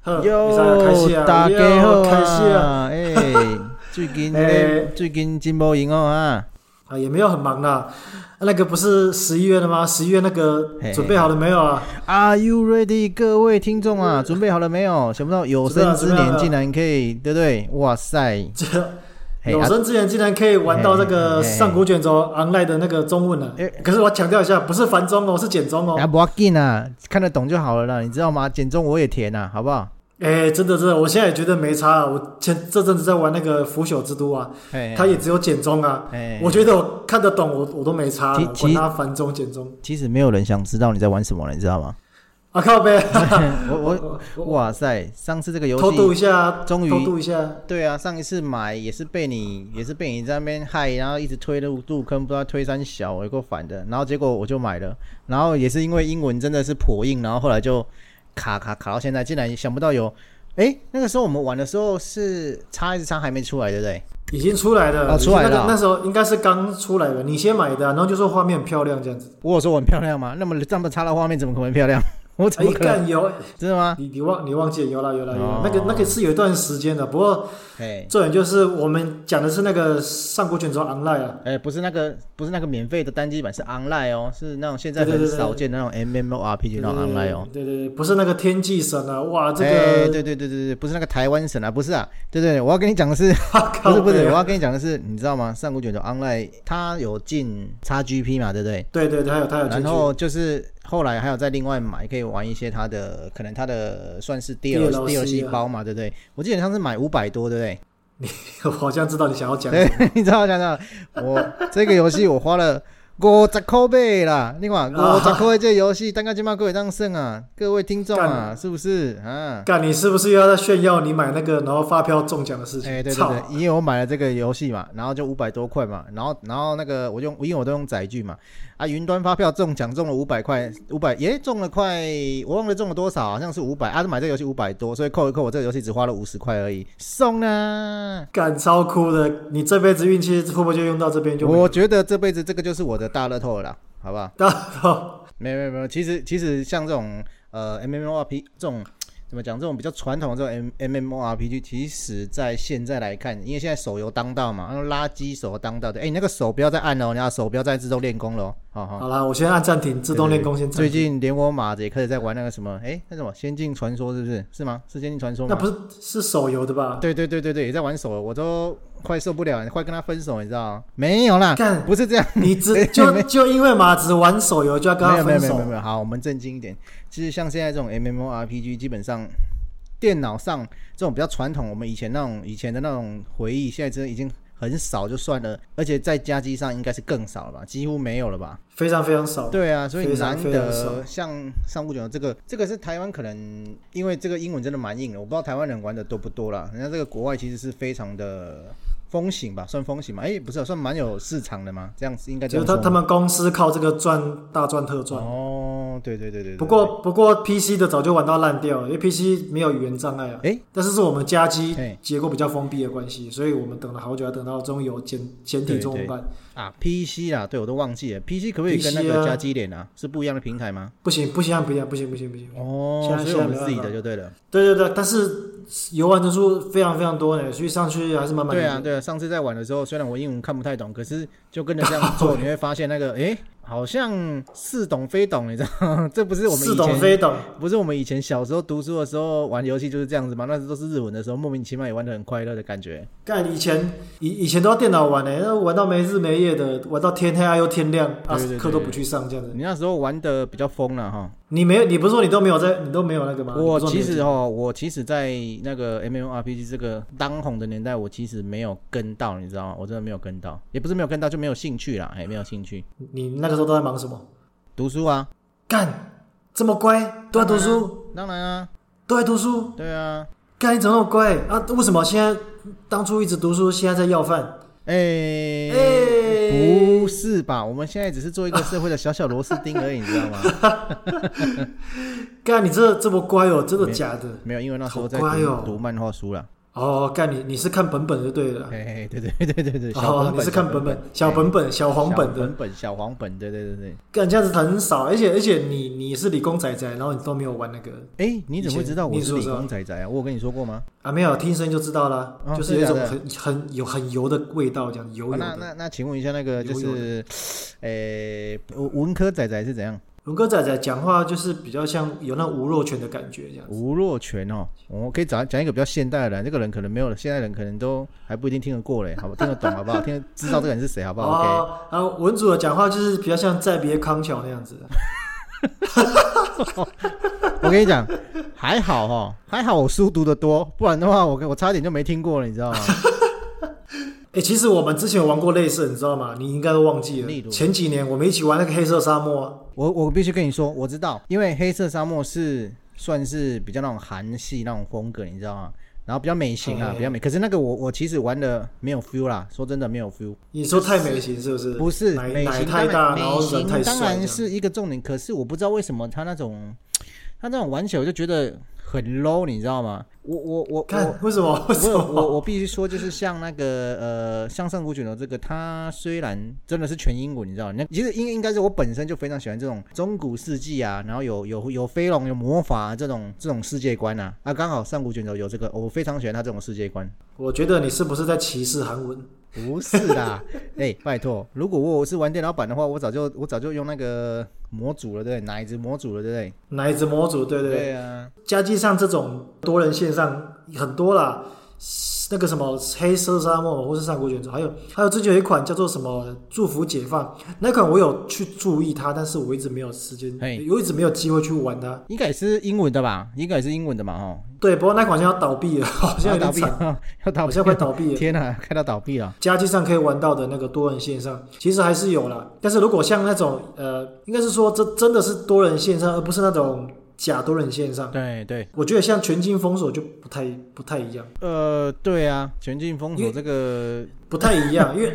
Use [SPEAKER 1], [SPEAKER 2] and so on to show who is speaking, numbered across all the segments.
[SPEAKER 1] 好，
[SPEAKER 2] 哟
[SPEAKER 1] 可以使开始啊，
[SPEAKER 2] 大家好
[SPEAKER 1] 哟开始啊，
[SPEAKER 2] 啊！哎、最近咧、
[SPEAKER 1] 哎
[SPEAKER 2] 最近真无闲哦啊！
[SPEAKER 1] 啊，也没有很忙啦。啊、那个不是十一月的吗？十一月那个
[SPEAKER 2] 嘿
[SPEAKER 1] 准备好了没有啊？
[SPEAKER 2] Are you ready？各位听众啊，
[SPEAKER 1] 嗯
[SPEAKER 2] 准备好了没有？想不到有生之
[SPEAKER 1] 准备好
[SPEAKER 2] 年
[SPEAKER 1] 了
[SPEAKER 2] 竟然可以，对不对？哇塞！
[SPEAKER 1] 这
[SPEAKER 2] 嘿
[SPEAKER 1] 有
[SPEAKER 2] 啊
[SPEAKER 1] 生之年竟然可以玩到那个
[SPEAKER 2] 嘿嘿嘿
[SPEAKER 1] 上古卷轴 online 的那个中文了、啊
[SPEAKER 2] 哎
[SPEAKER 1] 可是我强调一下，不是繁中哦，是简中哦
[SPEAKER 2] 啊，。不要紧啊，看得懂就好了啦，你知道吗？简中我也填啊，好不好？
[SPEAKER 1] 哎、真的真的，我现在也觉得没差、啊。我前这阵子在玩那个腐朽之都啊，
[SPEAKER 2] 哎，
[SPEAKER 1] 它也只有简中啊。
[SPEAKER 2] 哎
[SPEAKER 1] 我觉得我看得懂，我我都没差
[SPEAKER 2] 其
[SPEAKER 1] 了，
[SPEAKER 2] 其
[SPEAKER 1] 管它繁中简中。
[SPEAKER 2] 其实没有人想知道你在玩什么了，你知道吗？
[SPEAKER 1] 啊靠呗，
[SPEAKER 2] 我我哇塞！上次这个 游
[SPEAKER 1] 偷渡
[SPEAKER 2] 戏，
[SPEAKER 1] 一下，
[SPEAKER 2] 终于
[SPEAKER 1] 偷渡一下。
[SPEAKER 2] 对啊，上一次买也是被你也是被你在那边害，然后一直推入入坑，不知道推三小，我够烦的。然后结果我就买了，然后也是因为英文真的是破硬，然后后来就卡卡卡到现在，竟然想不到有。哎，那个时候我们玩的时候是叉 S 叉还没出来，对不对？
[SPEAKER 1] 已经出来了，
[SPEAKER 2] 哦出来了
[SPEAKER 1] 已经那个那时候应该是刚出来的，你先买的啊、然后就说画面很漂亮这样子。
[SPEAKER 2] 我有说我很漂亮吗？那么这么差的画面怎么可能漂亮？我怎
[SPEAKER 1] 哎
[SPEAKER 2] 么，可能？
[SPEAKER 1] 干有
[SPEAKER 2] 真的吗？
[SPEAKER 1] 你你忘你忘记了有啦有啦有啦
[SPEAKER 2] 哦，
[SPEAKER 1] 那个那个是有一段时间的，不过
[SPEAKER 2] 哎
[SPEAKER 1] 重点就是我们讲的是那个上古卷轴 online 啊，
[SPEAKER 2] 哎，不是那个不是那个免费的单机版，是 online 哦，是那种现在
[SPEAKER 1] 对对
[SPEAKER 2] 很
[SPEAKER 1] 对对
[SPEAKER 2] 少见的那种 MMORPG 那种 online 哦。
[SPEAKER 1] 对对对，不是那个天际神啊，哇这
[SPEAKER 2] 哎
[SPEAKER 1] 个
[SPEAKER 2] 对对对对对，不是那个台湾省啊，不是啊，对对对，我要跟你讲的是，不是不
[SPEAKER 1] 啊
[SPEAKER 2] 是，我要跟你讲的是，你知道吗？上古卷轴 online 它有进 XGP 嘛，对不对？
[SPEAKER 1] 对对对，它有它有进
[SPEAKER 2] 然
[SPEAKER 1] 去，
[SPEAKER 2] 后就是后来还有再另外买，可以玩一些它的可能它的算是 DLC
[SPEAKER 1] DLC 啊
[SPEAKER 2] DLC 包嘛，对不对？我记得上次买五百多，对不对？
[SPEAKER 1] 我好像知道你想要讲什么，
[SPEAKER 2] 对， 你知道讲到我这个游戏我花了五十块买啦，你看五十块这个游戏，单个金马可以当胜啊，各位听众啊，是不是啊？
[SPEAKER 1] 干你是不是又要在炫耀你买那个然后发票中奖的事情？
[SPEAKER 2] 哎、对对
[SPEAKER 1] 操
[SPEAKER 2] 对，因为我买了这个游戏嘛，然后就五百多块嘛，然后然后那个我用，因为我都用载具嘛，啊，云端发票中奖中了五百块，五百耶中了快，我忘了中了多少，好像是五百，啊，买这个游戏五百多，所以扣一扣，我这个游戏只花了五十块而已，送啊啦！
[SPEAKER 1] 干超酷的，你这辈子运气会不会就用到这边就没
[SPEAKER 2] 我觉得这辈子这个就是我的大乐透了啦，好不好？
[SPEAKER 1] 大到？
[SPEAKER 2] 没有没有没有，其实其实像这种呃 MMORP 这种怎么讲，这种比较传统的这种 M MMORPG，其实在现在来看，因为现在手游当道嘛，然后垃圾手游当道的，哎，你那个手不要再按了哦，你要手不要再自动练功了哦，好好。
[SPEAKER 1] 好啦，我先按暂停，自动练功先暂
[SPEAKER 2] 最
[SPEAKER 1] 停。
[SPEAKER 2] 近连我马子也开始在玩那个什么，哎，那什么《仙境传说》是不是？是吗？是《仙境传说》
[SPEAKER 1] 那
[SPEAKER 2] 吗？
[SPEAKER 1] 不是是手游的 吧？
[SPEAKER 2] 对对对对对，也在玩手游，我都快受不了了，快跟他分手，你知道吗？没有啦
[SPEAKER 1] 干，
[SPEAKER 2] 不是这样，
[SPEAKER 1] 你只就就因为马子玩手游就要跟
[SPEAKER 2] 没
[SPEAKER 1] 他
[SPEAKER 2] 有没有
[SPEAKER 1] 分
[SPEAKER 2] 没有
[SPEAKER 1] 手
[SPEAKER 2] 没有没有，好，我们正经一点。其实像现在这种 MMORPG，基本上电脑上这种比较传统，我们以前那种以前的那种回忆，现在真的已经很少就算了，而且在家机上应该是更少了吧，几乎没有了吧？
[SPEAKER 1] 非常非常少。
[SPEAKER 2] 对啊，所以
[SPEAKER 1] 非常
[SPEAKER 2] 难
[SPEAKER 1] 非常少
[SPEAKER 2] 得像上古卷轴这个，这个是台湾可能因为这个英文真的蛮硬的，我不知道台湾人玩的多不多啦。人家这个国外其实是非常的风行吧，算风行嘛？哎、不是、啊，算蛮有市场的嘛？这样子应该
[SPEAKER 1] 就
[SPEAKER 2] 这
[SPEAKER 1] 是
[SPEAKER 2] 样
[SPEAKER 1] 他
[SPEAKER 2] 说
[SPEAKER 1] 他
[SPEAKER 2] 吗。
[SPEAKER 1] 们公司靠这个赚大赚特赚。
[SPEAKER 2] 哦，对对对对对。
[SPEAKER 1] 不过不过 PC 的早就玩到烂掉了，因为 PC 没有语言障碍啊。
[SPEAKER 2] 哎
[SPEAKER 1] 但是是我们家机
[SPEAKER 2] 哎
[SPEAKER 1] 结构比较封闭的关系，所以我们等了好久，等到终于有简简体中文版。
[SPEAKER 2] 啊，PC 啦，对我都忘记了，PC 可不可以
[SPEAKER 1] PC
[SPEAKER 2] 跟那个
[SPEAKER 1] 啊
[SPEAKER 2] 加基连啊？是不一样的平台吗？
[SPEAKER 1] 不行不行不行不行不行不行。
[SPEAKER 2] 哦
[SPEAKER 1] 现，在
[SPEAKER 2] 所
[SPEAKER 1] 现
[SPEAKER 2] 以
[SPEAKER 1] 在
[SPEAKER 2] 我们
[SPEAKER 1] 没
[SPEAKER 2] 自己
[SPEAKER 1] 办
[SPEAKER 2] 的
[SPEAKER 1] 法
[SPEAKER 2] 就对了。
[SPEAKER 1] 对对对，但是游玩人数非常非常多呢，所以上去还是蛮满意
[SPEAKER 2] 对
[SPEAKER 1] 的。
[SPEAKER 2] 啊，对啊，上次在玩的时候，虽然我英文看不太懂，可是就跟着这样 做，你会发现那个，诶，好像似懂非懂，你知道吗？ 这不是我们
[SPEAKER 1] 似
[SPEAKER 2] 以
[SPEAKER 1] 懂
[SPEAKER 2] 前，
[SPEAKER 1] 非懂。
[SPEAKER 2] 不是我们以前小时候读书的时候玩游戏就是这样子嘛？那时都是日文的时候，莫名其妙也玩的很快乐的感觉。
[SPEAKER 1] 干以前以以前都要电脑玩呢、那玩到没日没夜的，玩到天黑啊又天亮，啊
[SPEAKER 2] 对对对
[SPEAKER 1] 课都不去上这样子。
[SPEAKER 2] 你那时候玩的比较疯了哈。
[SPEAKER 1] 你没有，你不是说你都没有在，你都没有那个吗？
[SPEAKER 2] 我
[SPEAKER 1] 啊你不是说
[SPEAKER 2] 其
[SPEAKER 1] 你
[SPEAKER 2] 实哦，我其实，在那个 M M R P G 这个当红的年代，我其实没有跟到，你知道吗？我真的没有跟到，也不是没有跟到，就没有兴趣啦，哎，没有兴趣
[SPEAKER 1] 你你那个时候
[SPEAKER 2] 啊
[SPEAKER 1] 都在忙什么？
[SPEAKER 2] 读书啊，
[SPEAKER 1] 干这么乖，都在读书，
[SPEAKER 2] 当然啊，
[SPEAKER 1] 都在读书，
[SPEAKER 2] 对啊，
[SPEAKER 1] 干你怎么那么乖啊？为什么现在当初一直读书，现在在要饭？
[SPEAKER 2] 哎、
[SPEAKER 1] 哎、
[SPEAKER 2] 不是吧？我们现在只是做一个社会的小小螺丝钉而已，你知道吗？
[SPEAKER 1] 干你这这么乖哦，真的假的？
[SPEAKER 2] 没有，因为那时候在
[SPEAKER 1] 好乖
[SPEAKER 2] 读,、
[SPEAKER 1] 哦
[SPEAKER 2] 读漫画书啦。
[SPEAKER 1] 哦，干你你是看本本就对了啦。
[SPEAKER 2] 嘿嘿，对对对对对，哎小
[SPEAKER 1] 嗯哦，
[SPEAKER 2] 本
[SPEAKER 1] 你
[SPEAKER 2] 本
[SPEAKER 1] 是看本本、小本本、小
[SPEAKER 2] 小
[SPEAKER 1] 黄本
[SPEAKER 2] 本
[SPEAKER 1] 的，
[SPEAKER 2] 本小黄本，对对对对。
[SPEAKER 1] 干这样子很少，而且而且你你是理工仔仔，然后你都没有玩那个
[SPEAKER 2] 哎，你怎么会知道我
[SPEAKER 1] 以前
[SPEAKER 2] 是
[SPEAKER 1] 你
[SPEAKER 2] 理
[SPEAKER 1] 是不是
[SPEAKER 2] 工仔仔啊？我有跟你说过吗？
[SPEAKER 1] 啊，没有听声就知道啦，
[SPEAKER 2] 哦
[SPEAKER 1] 就是有一种
[SPEAKER 2] 真的假
[SPEAKER 1] 很很有很油的味道，这样油
[SPEAKER 2] 哦
[SPEAKER 1] 油
[SPEAKER 2] 那
[SPEAKER 1] 的。
[SPEAKER 2] 那那，请问一下，那个就
[SPEAKER 1] 油油
[SPEAKER 2] 是，诶，文文科仔仔是怎样？
[SPEAKER 1] 龙哥仔仔讲话就是比较像有那无肉拳的感觉，这样。
[SPEAKER 2] 吴若权哦，我可以讲讲一个比较现代的，这个人可能没有，现代人可能都还不一定听得过嘞，好不听得懂，好 不好？听得知道这个人是谁，好不好？OK，
[SPEAKER 1] 哦，然后文主的讲话就是比较像再别康桥那样子。
[SPEAKER 2] 我跟你讲，还好哦，还好我书读得多，不然的话我我差点就没听过了，你知 道吗？
[SPEAKER 1] 哎、其实我们之前有玩过类似的，你知道吗？你应该都忘记
[SPEAKER 2] 例如
[SPEAKER 1] 了。前几年我们一起玩那个黑色沙漠、啊，
[SPEAKER 2] 我我必须跟你说，我知道，因为黑色沙漠是算是比较那种韩系那种风格，你知道吗？然后比较美型啊，
[SPEAKER 1] 嗯
[SPEAKER 2] 比较美。可是那个我我其实玩的没有 feel 啦，说真的没有 feel。
[SPEAKER 1] 你说太美型是不是？
[SPEAKER 2] 不是
[SPEAKER 1] 奶
[SPEAKER 2] 美
[SPEAKER 1] 奶
[SPEAKER 2] 型
[SPEAKER 1] 太
[SPEAKER 2] 当
[SPEAKER 1] 大，
[SPEAKER 2] 然
[SPEAKER 1] 然后
[SPEAKER 2] 美
[SPEAKER 1] 人
[SPEAKER 2] 型
[SPEAKER 1] 太
[SPEAKER 2] 当
[SPEAKER 1] 帅这
[SPEAKER 2] 然
[SPEAKER 1] 样。
[SPEAKER 2] 是一个重点，可是我不知道为什么他那种他那种玩起来我就觉得很 low，你知道吗？我我我我
[SPEAKER 1] 看为什么？为
[SPEAKER 2] 我
[SPEAKER 1] 什
[SPEAKER 2] 有
[SPEAKER 1] 么？
[SPEAKER 2] 我我必须说，就是像那个呃，像上古卷轴这个，它虽然真的是全英文，你知道，那其实应应该是我本身就非常喜欢这种中古世纪啊，然后有有有飞龙、有魔法、啊这种这种世界观啊，啊，刚好上古卷轴有这个，我非常喜欢它这种世界观。
[SPEAKER 1] 我觉得你是不是在歧视韩文？
[SPEAKER 2] 不是啦， 哎、拜托，如果我是玩电脑版的话，我早就我早就用那个模组了，对不对？哪一只模组了，对不对？
[SPEAKER 1] 哪一只模组？对对对。
[SPEAKER 2] 啊，
[SPEAKER 1] 家机上这种多人线上很多啦，那个什么黑色沙漠或是上古卷轴，还有还有之前有一款叫做什么祝福解放那款，我有去注意它，但是我一直没有时间
[SPEAKER 2] 嘿，
[SPEAKER 1] 我一直没有机会去玩它。
[SPEAKER 2] 应该也是英文的吧？应该也是英文的嘛，哦，
[SPEAKER 1] 对，不过那款现在要倒闭了， 好像有
[SPEAKER 2] 要
[SPEAKER 1] 点
[SPEAKER 2] 倒闭
[SPEAKER 1] 惨，
[SPEAKER 2] 了，要倒
[SPEAKER 1] 好
[SPEAKER 2] 闭
[SPEAKER 1] 像 快
[SPEAKER 2] 了，
[SPEAKER 1] 倒闭了。
[SPEAKER 2] 天哪、看到倒闭了。
[SPEAKER 1] 家机上可以玩到的那个多人线上，其实还是有啦。但是如果像那种呃，应该是说这真的是多人线上，而不是那种假多人线上。
[SPEAKER 2] 对对，
[SPEAKER 1] 我觉得像全境封锁就不太不太一样。
[SPEAKER 2] 呃，对啊，全境封
[SPEAKER 1] 因
[SPEAKER 2] 锁这个，
[SPEAKER 1] 不太一样，因为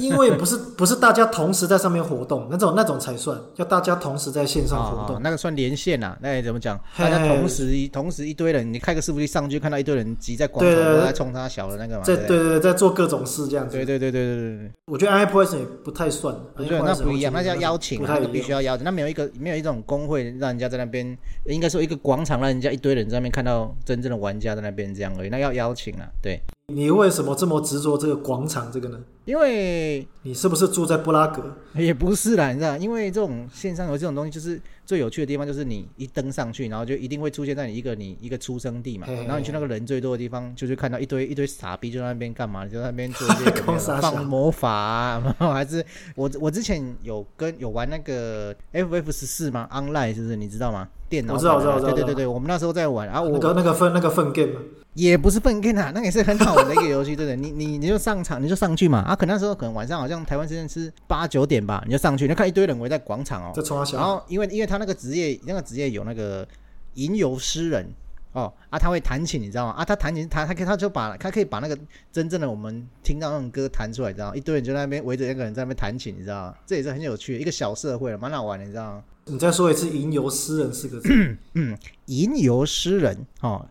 [SPEAKER 1] 因为不是不是大家同时在上面活动，那种那种才算，要大家同时在线上活动。
[SPEAKER 2] 哦那个算连线啦、那、怎么讲？
[SPEAKER 1] 嘿
[SPEAKER 2] 大家同时一同时一堆人，你开个伺服器上去，看到一堆人挤在广
[SPEAKER 1] 对对
[SPEAKER 2] 场，
[SPEAKER 1] 对
[SPEAKER 2] 都在冲他小的那个嘛。
[SPEAKER 1] 在
[SPEAKER 2] 不
[SPEAKER 1] 对对对，在做各种事这样子
[SPEAKER 2] 啊对。对对对对对
[SPEAKER 1] 我觉得 i p o s 也不太算，
[SPEAKER 2] 对，对，那不一样，那
[SPEAKER 1] 叫
[SPEAKER 2] 叫邀请
[SPEAKER 1] 不
[SPEAKER 2] 啊，
[SPEAKER 1] 太
[SPEAKER 2] 那
[SPEAKER 1] 一样
[SPEAKER 2] 个必须要邀请，那没有一个没有一种工会让人家在那边，应该说一个广场让人家一堆人在那边看到真正的玩家在那边这样而已，那要邀请啊，对，
[SPEAKER 1] 你为什么这么执着这个广场这个呢？
[SPEAKER 2] 因为
[SPEAKER 1] 你是不是住在布拉格？
[SPEAKER 2] 也不是啦，你知道，因为这种线上游这种东西，就是最有趣的地方，就是你一登上去，然后就一定会出现在你一个你一个出生地嘛，
[SPEAKER 1] 嘿嘿嘿
[SPEAKER 2] 然后你去那个人最多的地方，就是看到一堆一堆傻逼就在那边干嘛，就在那边做一些有的没
[SPEAKER 1] 公
[SPEAKER 2] 有
[SPEAKER 1] 傻
[SPEAKER 2] 的
[SPEAKER 1] 小
[SPEAKER 2] 放魔法啊，然后还是我我之前有跟有玩那个 FF 十四嘛，online 是不是？你知道吗？电脑
[SPEAKER 1] 我知道
[SPEAKER 2] 版的
[SPEAKER 1] 我知道我知道
[SPEAKER 2] 对对对对，我们那时候在玩，啊然后
[SPEAKER 1] 那
[SPEAKER 2] 我
[SPEAKER 1] 个那个分那个分 game 啊
[SPEAKER 2] 也不是笨 game 啊，那个也是很好玩的一个游戏，对不对？你你你就上场，你就上去嘛。啊，可能那时候可能晚上好像台湾时间是八九点吧，你就上去，你就看一堆人围在广场哦。
[SPEAKER 1] 在冲他啊
[SPEAKER 2] 然
[SPEAKER 1] 小，
[SPEAKER 2] 后因为因为他那个职业那个职业有那个吟游诗人哦啊，他会弹琴，你知道吗？啊，他弹琴，他他可以他就把他可以把那个真正的我们听到那种歌弹出来，你知道吗？一堆人就在那边围着那个人在那边弹琴，你知道吗？这也是很有趣的一个小社会了，蛮好玩的，你知道吗？
[SPEAKER 1] 你再说一次“吟游诗人”四个字，
[SPEAKER 2] 嗯吟游诗人哦，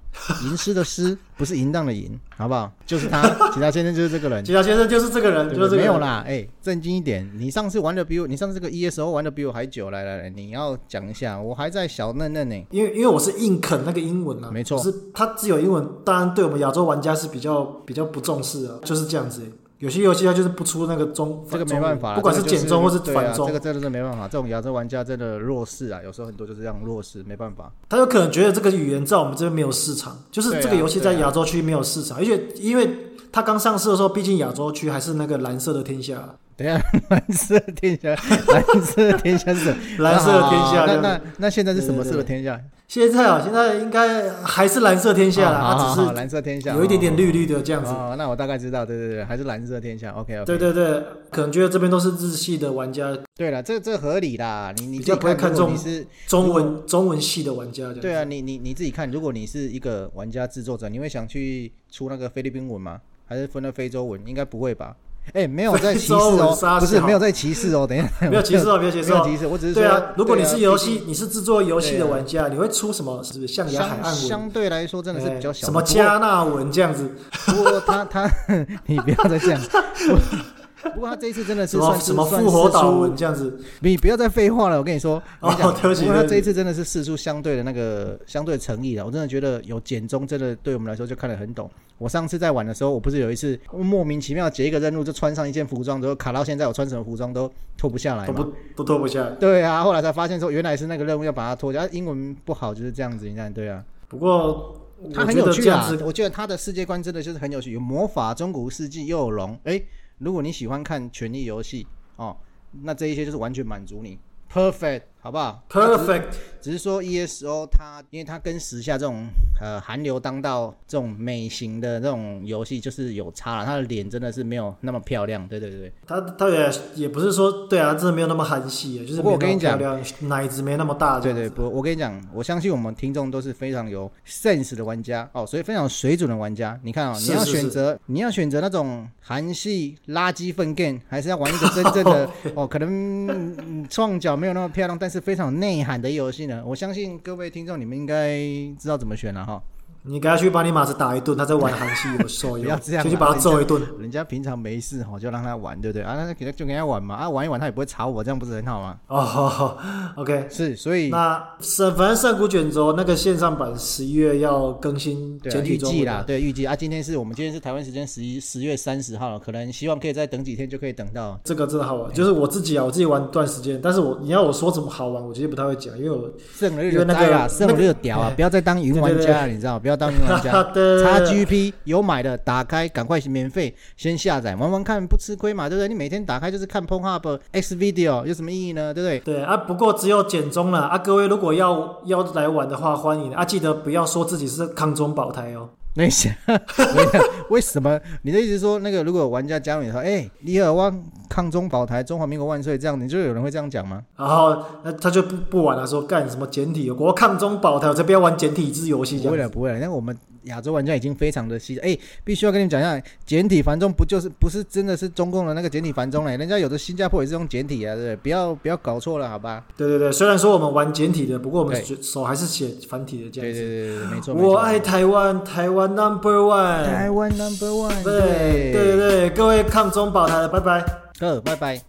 [SPEAKER 2] 吟诗的诗不是淫荡的淫，好不好？就是他，其他先生就是这个人。
[SPEAKER 1] 吉他先生就是这个人，
[SPEAKER 2] 对
[SPEAKER 1] 就
[SPEAKER 2] 不
[SPEAKER 1] 是这
[SPEAKER 2] 对
[SPEAKER 1] 个
[SPEAKER 2] 没有
[SPEAKER 1] 人。
[SPEAKER 2] 啦，哎、正经一点。你上次玩的比我，你上次这个 ESO 玩的比我还久。来来来，你要讲一下，我还在小嫩嫩呢、
[SPEAKER 1] 因为因为我是硬啃那个英文啊，
[SPEAKER 2] 没错
[SPEAKER 1] 可是它只有英文，当然对我们亚洲玩家是比较比较不重视啊，就是这样子欸。有些游戏它就是不出那个中，
[SPEAKER 2] 这个
[SPEAKER 1] 反中
[SPEAKER 2] 没办法啦，
[SPEAKER 1] 不管
[SPEAKER 2] 这
[SPEAKER 1] 是
[SPEAKER 2] 个就
[SPEAKER 1] 简中或
[SPEAKER 2] 是对
[SPEAKER 1] 反
[SPEAKER 2] 啊，
[SPEAKER 1] 中
[SPEAKER 2] 这，个真的是没办法。这种亚洲玩家真的弱势啊，有时候很多就是这样弱势，没办法。
[SPEAKER 1] 他有可能觉得这个语言在我们这边没有市场，就是
[SPEAKER 2] 对啊
[SPEAKER 1] 这个游戏在
[SPEAKER 2] 对啊
[SPEAKER 1] 亚洲区没有市场，而且因为它刚上市的时候，毕竟亚洲区还是那个蓝色的天下啊，
[SPEAKER 2] 等一下，蓝色天下，蓝色天下是什么
[SPEAKER 1] 蓝色的天下
[SPEAKER 2] 啊
[SPEAKER 1] 这
[SPEAKER 2] 那
[SPEAKER 1] 样子
[SPEAKER 2] 那那现在是什么
[SPEAKER 1] 对对对
[SPEAKER 2] 色的天下？
[SPEAKER 1] 现在啊，现在应该还是蓝色天下啦，
[SPEAKER 2] 啊好好好
[SPEAKER 1] 它
[SPEAKER 2] 蓝色天
[SPEAKER 1] 只
[SPEAKER 2] 下，
[SPEAKER 1] 是有一点点
[SPEAKER 2] 哦
[SPEAKER 1] 绿绿的这样子。
[SPEAKER 2] 哦，那我大概知道，对对对，还是蓝色天下。OK OK。
[SPEAKER 1] 对对对，可能觉得这边都是日系的玩家，
[SPEAKER 2] 对了，这这合理啦。你你
[SPEAKER 1] 比
[SPEAKER 2] 自
[SPEAKER 1] 较
[SPEAKER 2] 己
[SPEAKER 1] 不会
[SPEAKER 2] 看，
[SPEAKER 1] 看
[SPEAKER 2] 如果
[SPEAKER 1] 重
[SPEAKER 2] 你是
[SPEAKER 1] 中文中文系的玩家这样子。
[SPEAKER 2] 对啊，你你你自己看，如果你是一个玩家制作者，你会想去出那个菲律宾文吗？还是分了非洲文？应该不会吧？哎、没有在歧 视
[SPEAKER 1] 非洲文
[SPEAKER 2] 哦，
[SPEAKER 1] 杀
[SPEAKER 2] 不是
[SPEAKER 1] 小
[SPEAKER 2] 没有在歧视哦，等一下，
[SPEAKER 1] 没有歧视哦，没有歧
[SPEAKER 2] 没
[SPEAKER 1] 视哦
[SPEAKER 2] 有。歧视，我只是说，
[SPEAKER 1] 对啊，如果你是
[SPEAKER 2] 对啊
[SPEAKER 1] 游戏，你是制作游戏
[SPEAKER 2] 对
[SPEAKER 1] 的
[SPEAKER 2] 啊
[SPEAKER 1] 玩家，你会出什么？是不是象牙海
[SPEAKER 2] 相
[SPEAKER 1] 岸文？
[SPEAKER 2] 相对来说真的是比较
[SPEAKER 1] 哎
[SPEAKER 2] 小的，
[SPEAKER 1] 什么加纳文这样子？
[SPEAKER 2] 不过他他， 你不要再这样。不不过他这一次真的
[SPEAKER 1] 什
[SPEAKER 2] 是
[SPEAKER 1] 么
[SPEAKER 2] 算是
[SPEAKER 1] 什么
[SPEAKER 2] 算
[SPEAKER 1] 复活
[SPEAKER 2] 是
[SPEAKER 1] 岛
[SPEAKER 2] 出
[SPEAKER 1] 文这样子？
[SPEAKER 2] 你不要再废话了，我跟你说，
[SPEAKER 1] 哦
[SPEAKER 2] 我跟你讲
[SPEAKER 1] 对不起
[SPEAKER 2] 不
[SPEAKER 1] 对
[SPEAKER 2] 过
[SPEAKER 1] 不
[SPEAKER 2] 他
[SPEAKER 1] 起
[SPEAKER 2] 这一次真的是试出相对的那个相对的诚意了。我真的觉得有简中真的对我们来说就看得很懂。我上次在玩的时候，我不是有一次莫名其妙结一个任务就穿上一件服装，之后卡到现在我穿什么服装都脱不下来
[SPEAKER 1] 都
[SPEAKER 2] 嘛。
[SPEAKER 1] 不都脱不下来。
[SPEAKER 2] 对啊，后来才发现说原来是那个任务要把它脱下，啊英文不好就是这样子，你看对啊。
[SPEAKER 1] 不过我
[SPEAKER 2] 它
[SPEAKER 1] 觉
[SPEAKER 2] 很有
[SPEAKER 1] 得这
[SPEAKER 2] 趣
[SPEAKER 1] 样
[SPEAKER 2] 啊
[SPEAKER 1] 子，，
[SPEAKER 2] 我觉得它的世界观真的就是很有趣，有魔法、中古世纪又有龙。诶，如果你喜欢看权力游戏哦，那这一些就是完全满足你，perfect，好不好
[SPEAKER 1] perfect
[SPEAKER 2] 只是说 ESO 它，因为它跟时下这种呃韩流当道这种美型的这种游戏就是有差了，它的脸真的是没有那么漂亮。对对对，
[SPEAKER 1] 他他也也不是说对啊，真的没有那么韩系啊，就是
[SPEAKER 2] 不过我跟你
[SPEAKER 1] 没有那么漂亮，奶子没那么大这
[SPEAKER 2] 对
[SPEAKER 1] 样
[SPEAKER 2] 对，
[SPEAKER 1] 子。
[SPEAKER 2] 不，我跟你讲，我相信我们听众都是非常有 sense 的玩家哦，所以非常有水准的玩家。你看啊、
[SPEAKER 1] 是
[SPEAKER 2] 你要
[SPEAKER 1] 是是
[SPEAKER 2] 选择你要选择那种韩系垃圾粪 game，还是要玩一个真正 的哦，可能嗯创角没有那么漂亮，但是非常有内涵的游戏呢？我相信各位听众你们应该知道怎么选了哈。
[SPEAKER 1] 你给他去把你马子打一顿，他在玩韩系有手
[SPEAKER 2] 不
[SPEAKER 1] 游
[SPEAKER 2] 要，这样啊
[SPEAKER 1] 先去把他揍一顿。
[SPEAKER 2] 人家平常没事哈，就让他玩，对不对啊？那给他就给他玩嘛，啊玩一玩他也不会吵我，这样不是很好吗？
[SPEAKER 1] 哦好好，OK。
[SPEAKER 2] 是，所以
[SPEAKER 1] 那圣反正圣谷卷轴那个线上版十一月要更新
[SPEAKER 2] 对啊
[SPEAKER 1] 简
[SPEAKER 2] 预
[SPEAKER 1] 体中
[SPEAKER 2] 计
[SPEAKER 1] 文
[SPEAKER 2] 啦，
[SPEAKER 1] 的，
[SPEAKER 2] 对，预计啊，今天是我们今天是台湾时间十一十月三十号了，可能希望可以再等几天就可以等到。
[SPEAKER 1] 这个真的好
[SPEAKER 2] 嗯
[SPEAKER 1] 玩。就是我自己啊，我自己玩一段时间，但是我你要我说怎么好玩，我其实不太会讲，因为我
[SPEAKER 2] 圣日
[SPEAKER 1] 因为
[SPEAKER 2] 的
[SPEAKER 1] 那
[SPEAKER 2] 灾
[SPEAKER 1] 个
[SPEAKER 2] 啦，圣
[SPEAKER 1] 那个
[SPEAKER 2] 日的屌啊！不要再当云玩
[SPEAKER 1] 对
[SPEAKER 2] 家了，你知道？不要当云玩 家。
[SPEAKER 1] 对
[SPEAKER 2] XGP 有买的，打开赶快免费先下载玩玩看，不吃亏嘛，对不对？你每天打开就是看 PornHub、X Video，有什么意义呢？对不 对？
[SPEAKER 1] 对啊，不过只有简中了啊！各位如果要要来玩的话，欢迎啊！记得不要说自己是康中宝台哦。
[SPEAKER 2] 那些为什么你的意思是说那个如果有玩家加入你说，哎，李尔汪抗中保台，中华民国万岁，这样你就有人会这样讲吗？
[SPEAKER 1] 然后那他就不不玩了，说干什么简体游，我抗中宝台，我才不要玩简体字游戏
[SPEAKER 2] 不
[SPEAKER 1] 这
[SPEAKER 2] 会
[SPEAKER 1] 样。
[SPEAKER 2] 了，不会了。那我们亚洲玩家已经非常的稀少。哎、必须要跟你们讲一下，简体繁中不就是不是真的是中共的那个简体繁中嘞？人家有的新加坡也是用简体啊，对不对？不要不要搞错了，好吧？
[SPEAKER 1] 对对对，虽然说我们玩简体的，不过我们
[SPEAKER 2] 对
[SPEAKER 1] 手手还是写繁体的这
[SPEAKER 2] 对
[SPEAKER 1] 样
[SPEAKER 2] 对
[SPEAKER 1] 子。
[SPEAKER 2] 对对，没错。没错
[SPEAKER 1] 我爱台湾，台湾 Number
[SPEAKER 2] 台
[SPEAKER 1] One。
[SPEAKER 2] 湾 number one，
[SPEAKER 1] 对对对，各位抗中宝台的，拜拜。
[SPEAKER 2] 好，拜拜。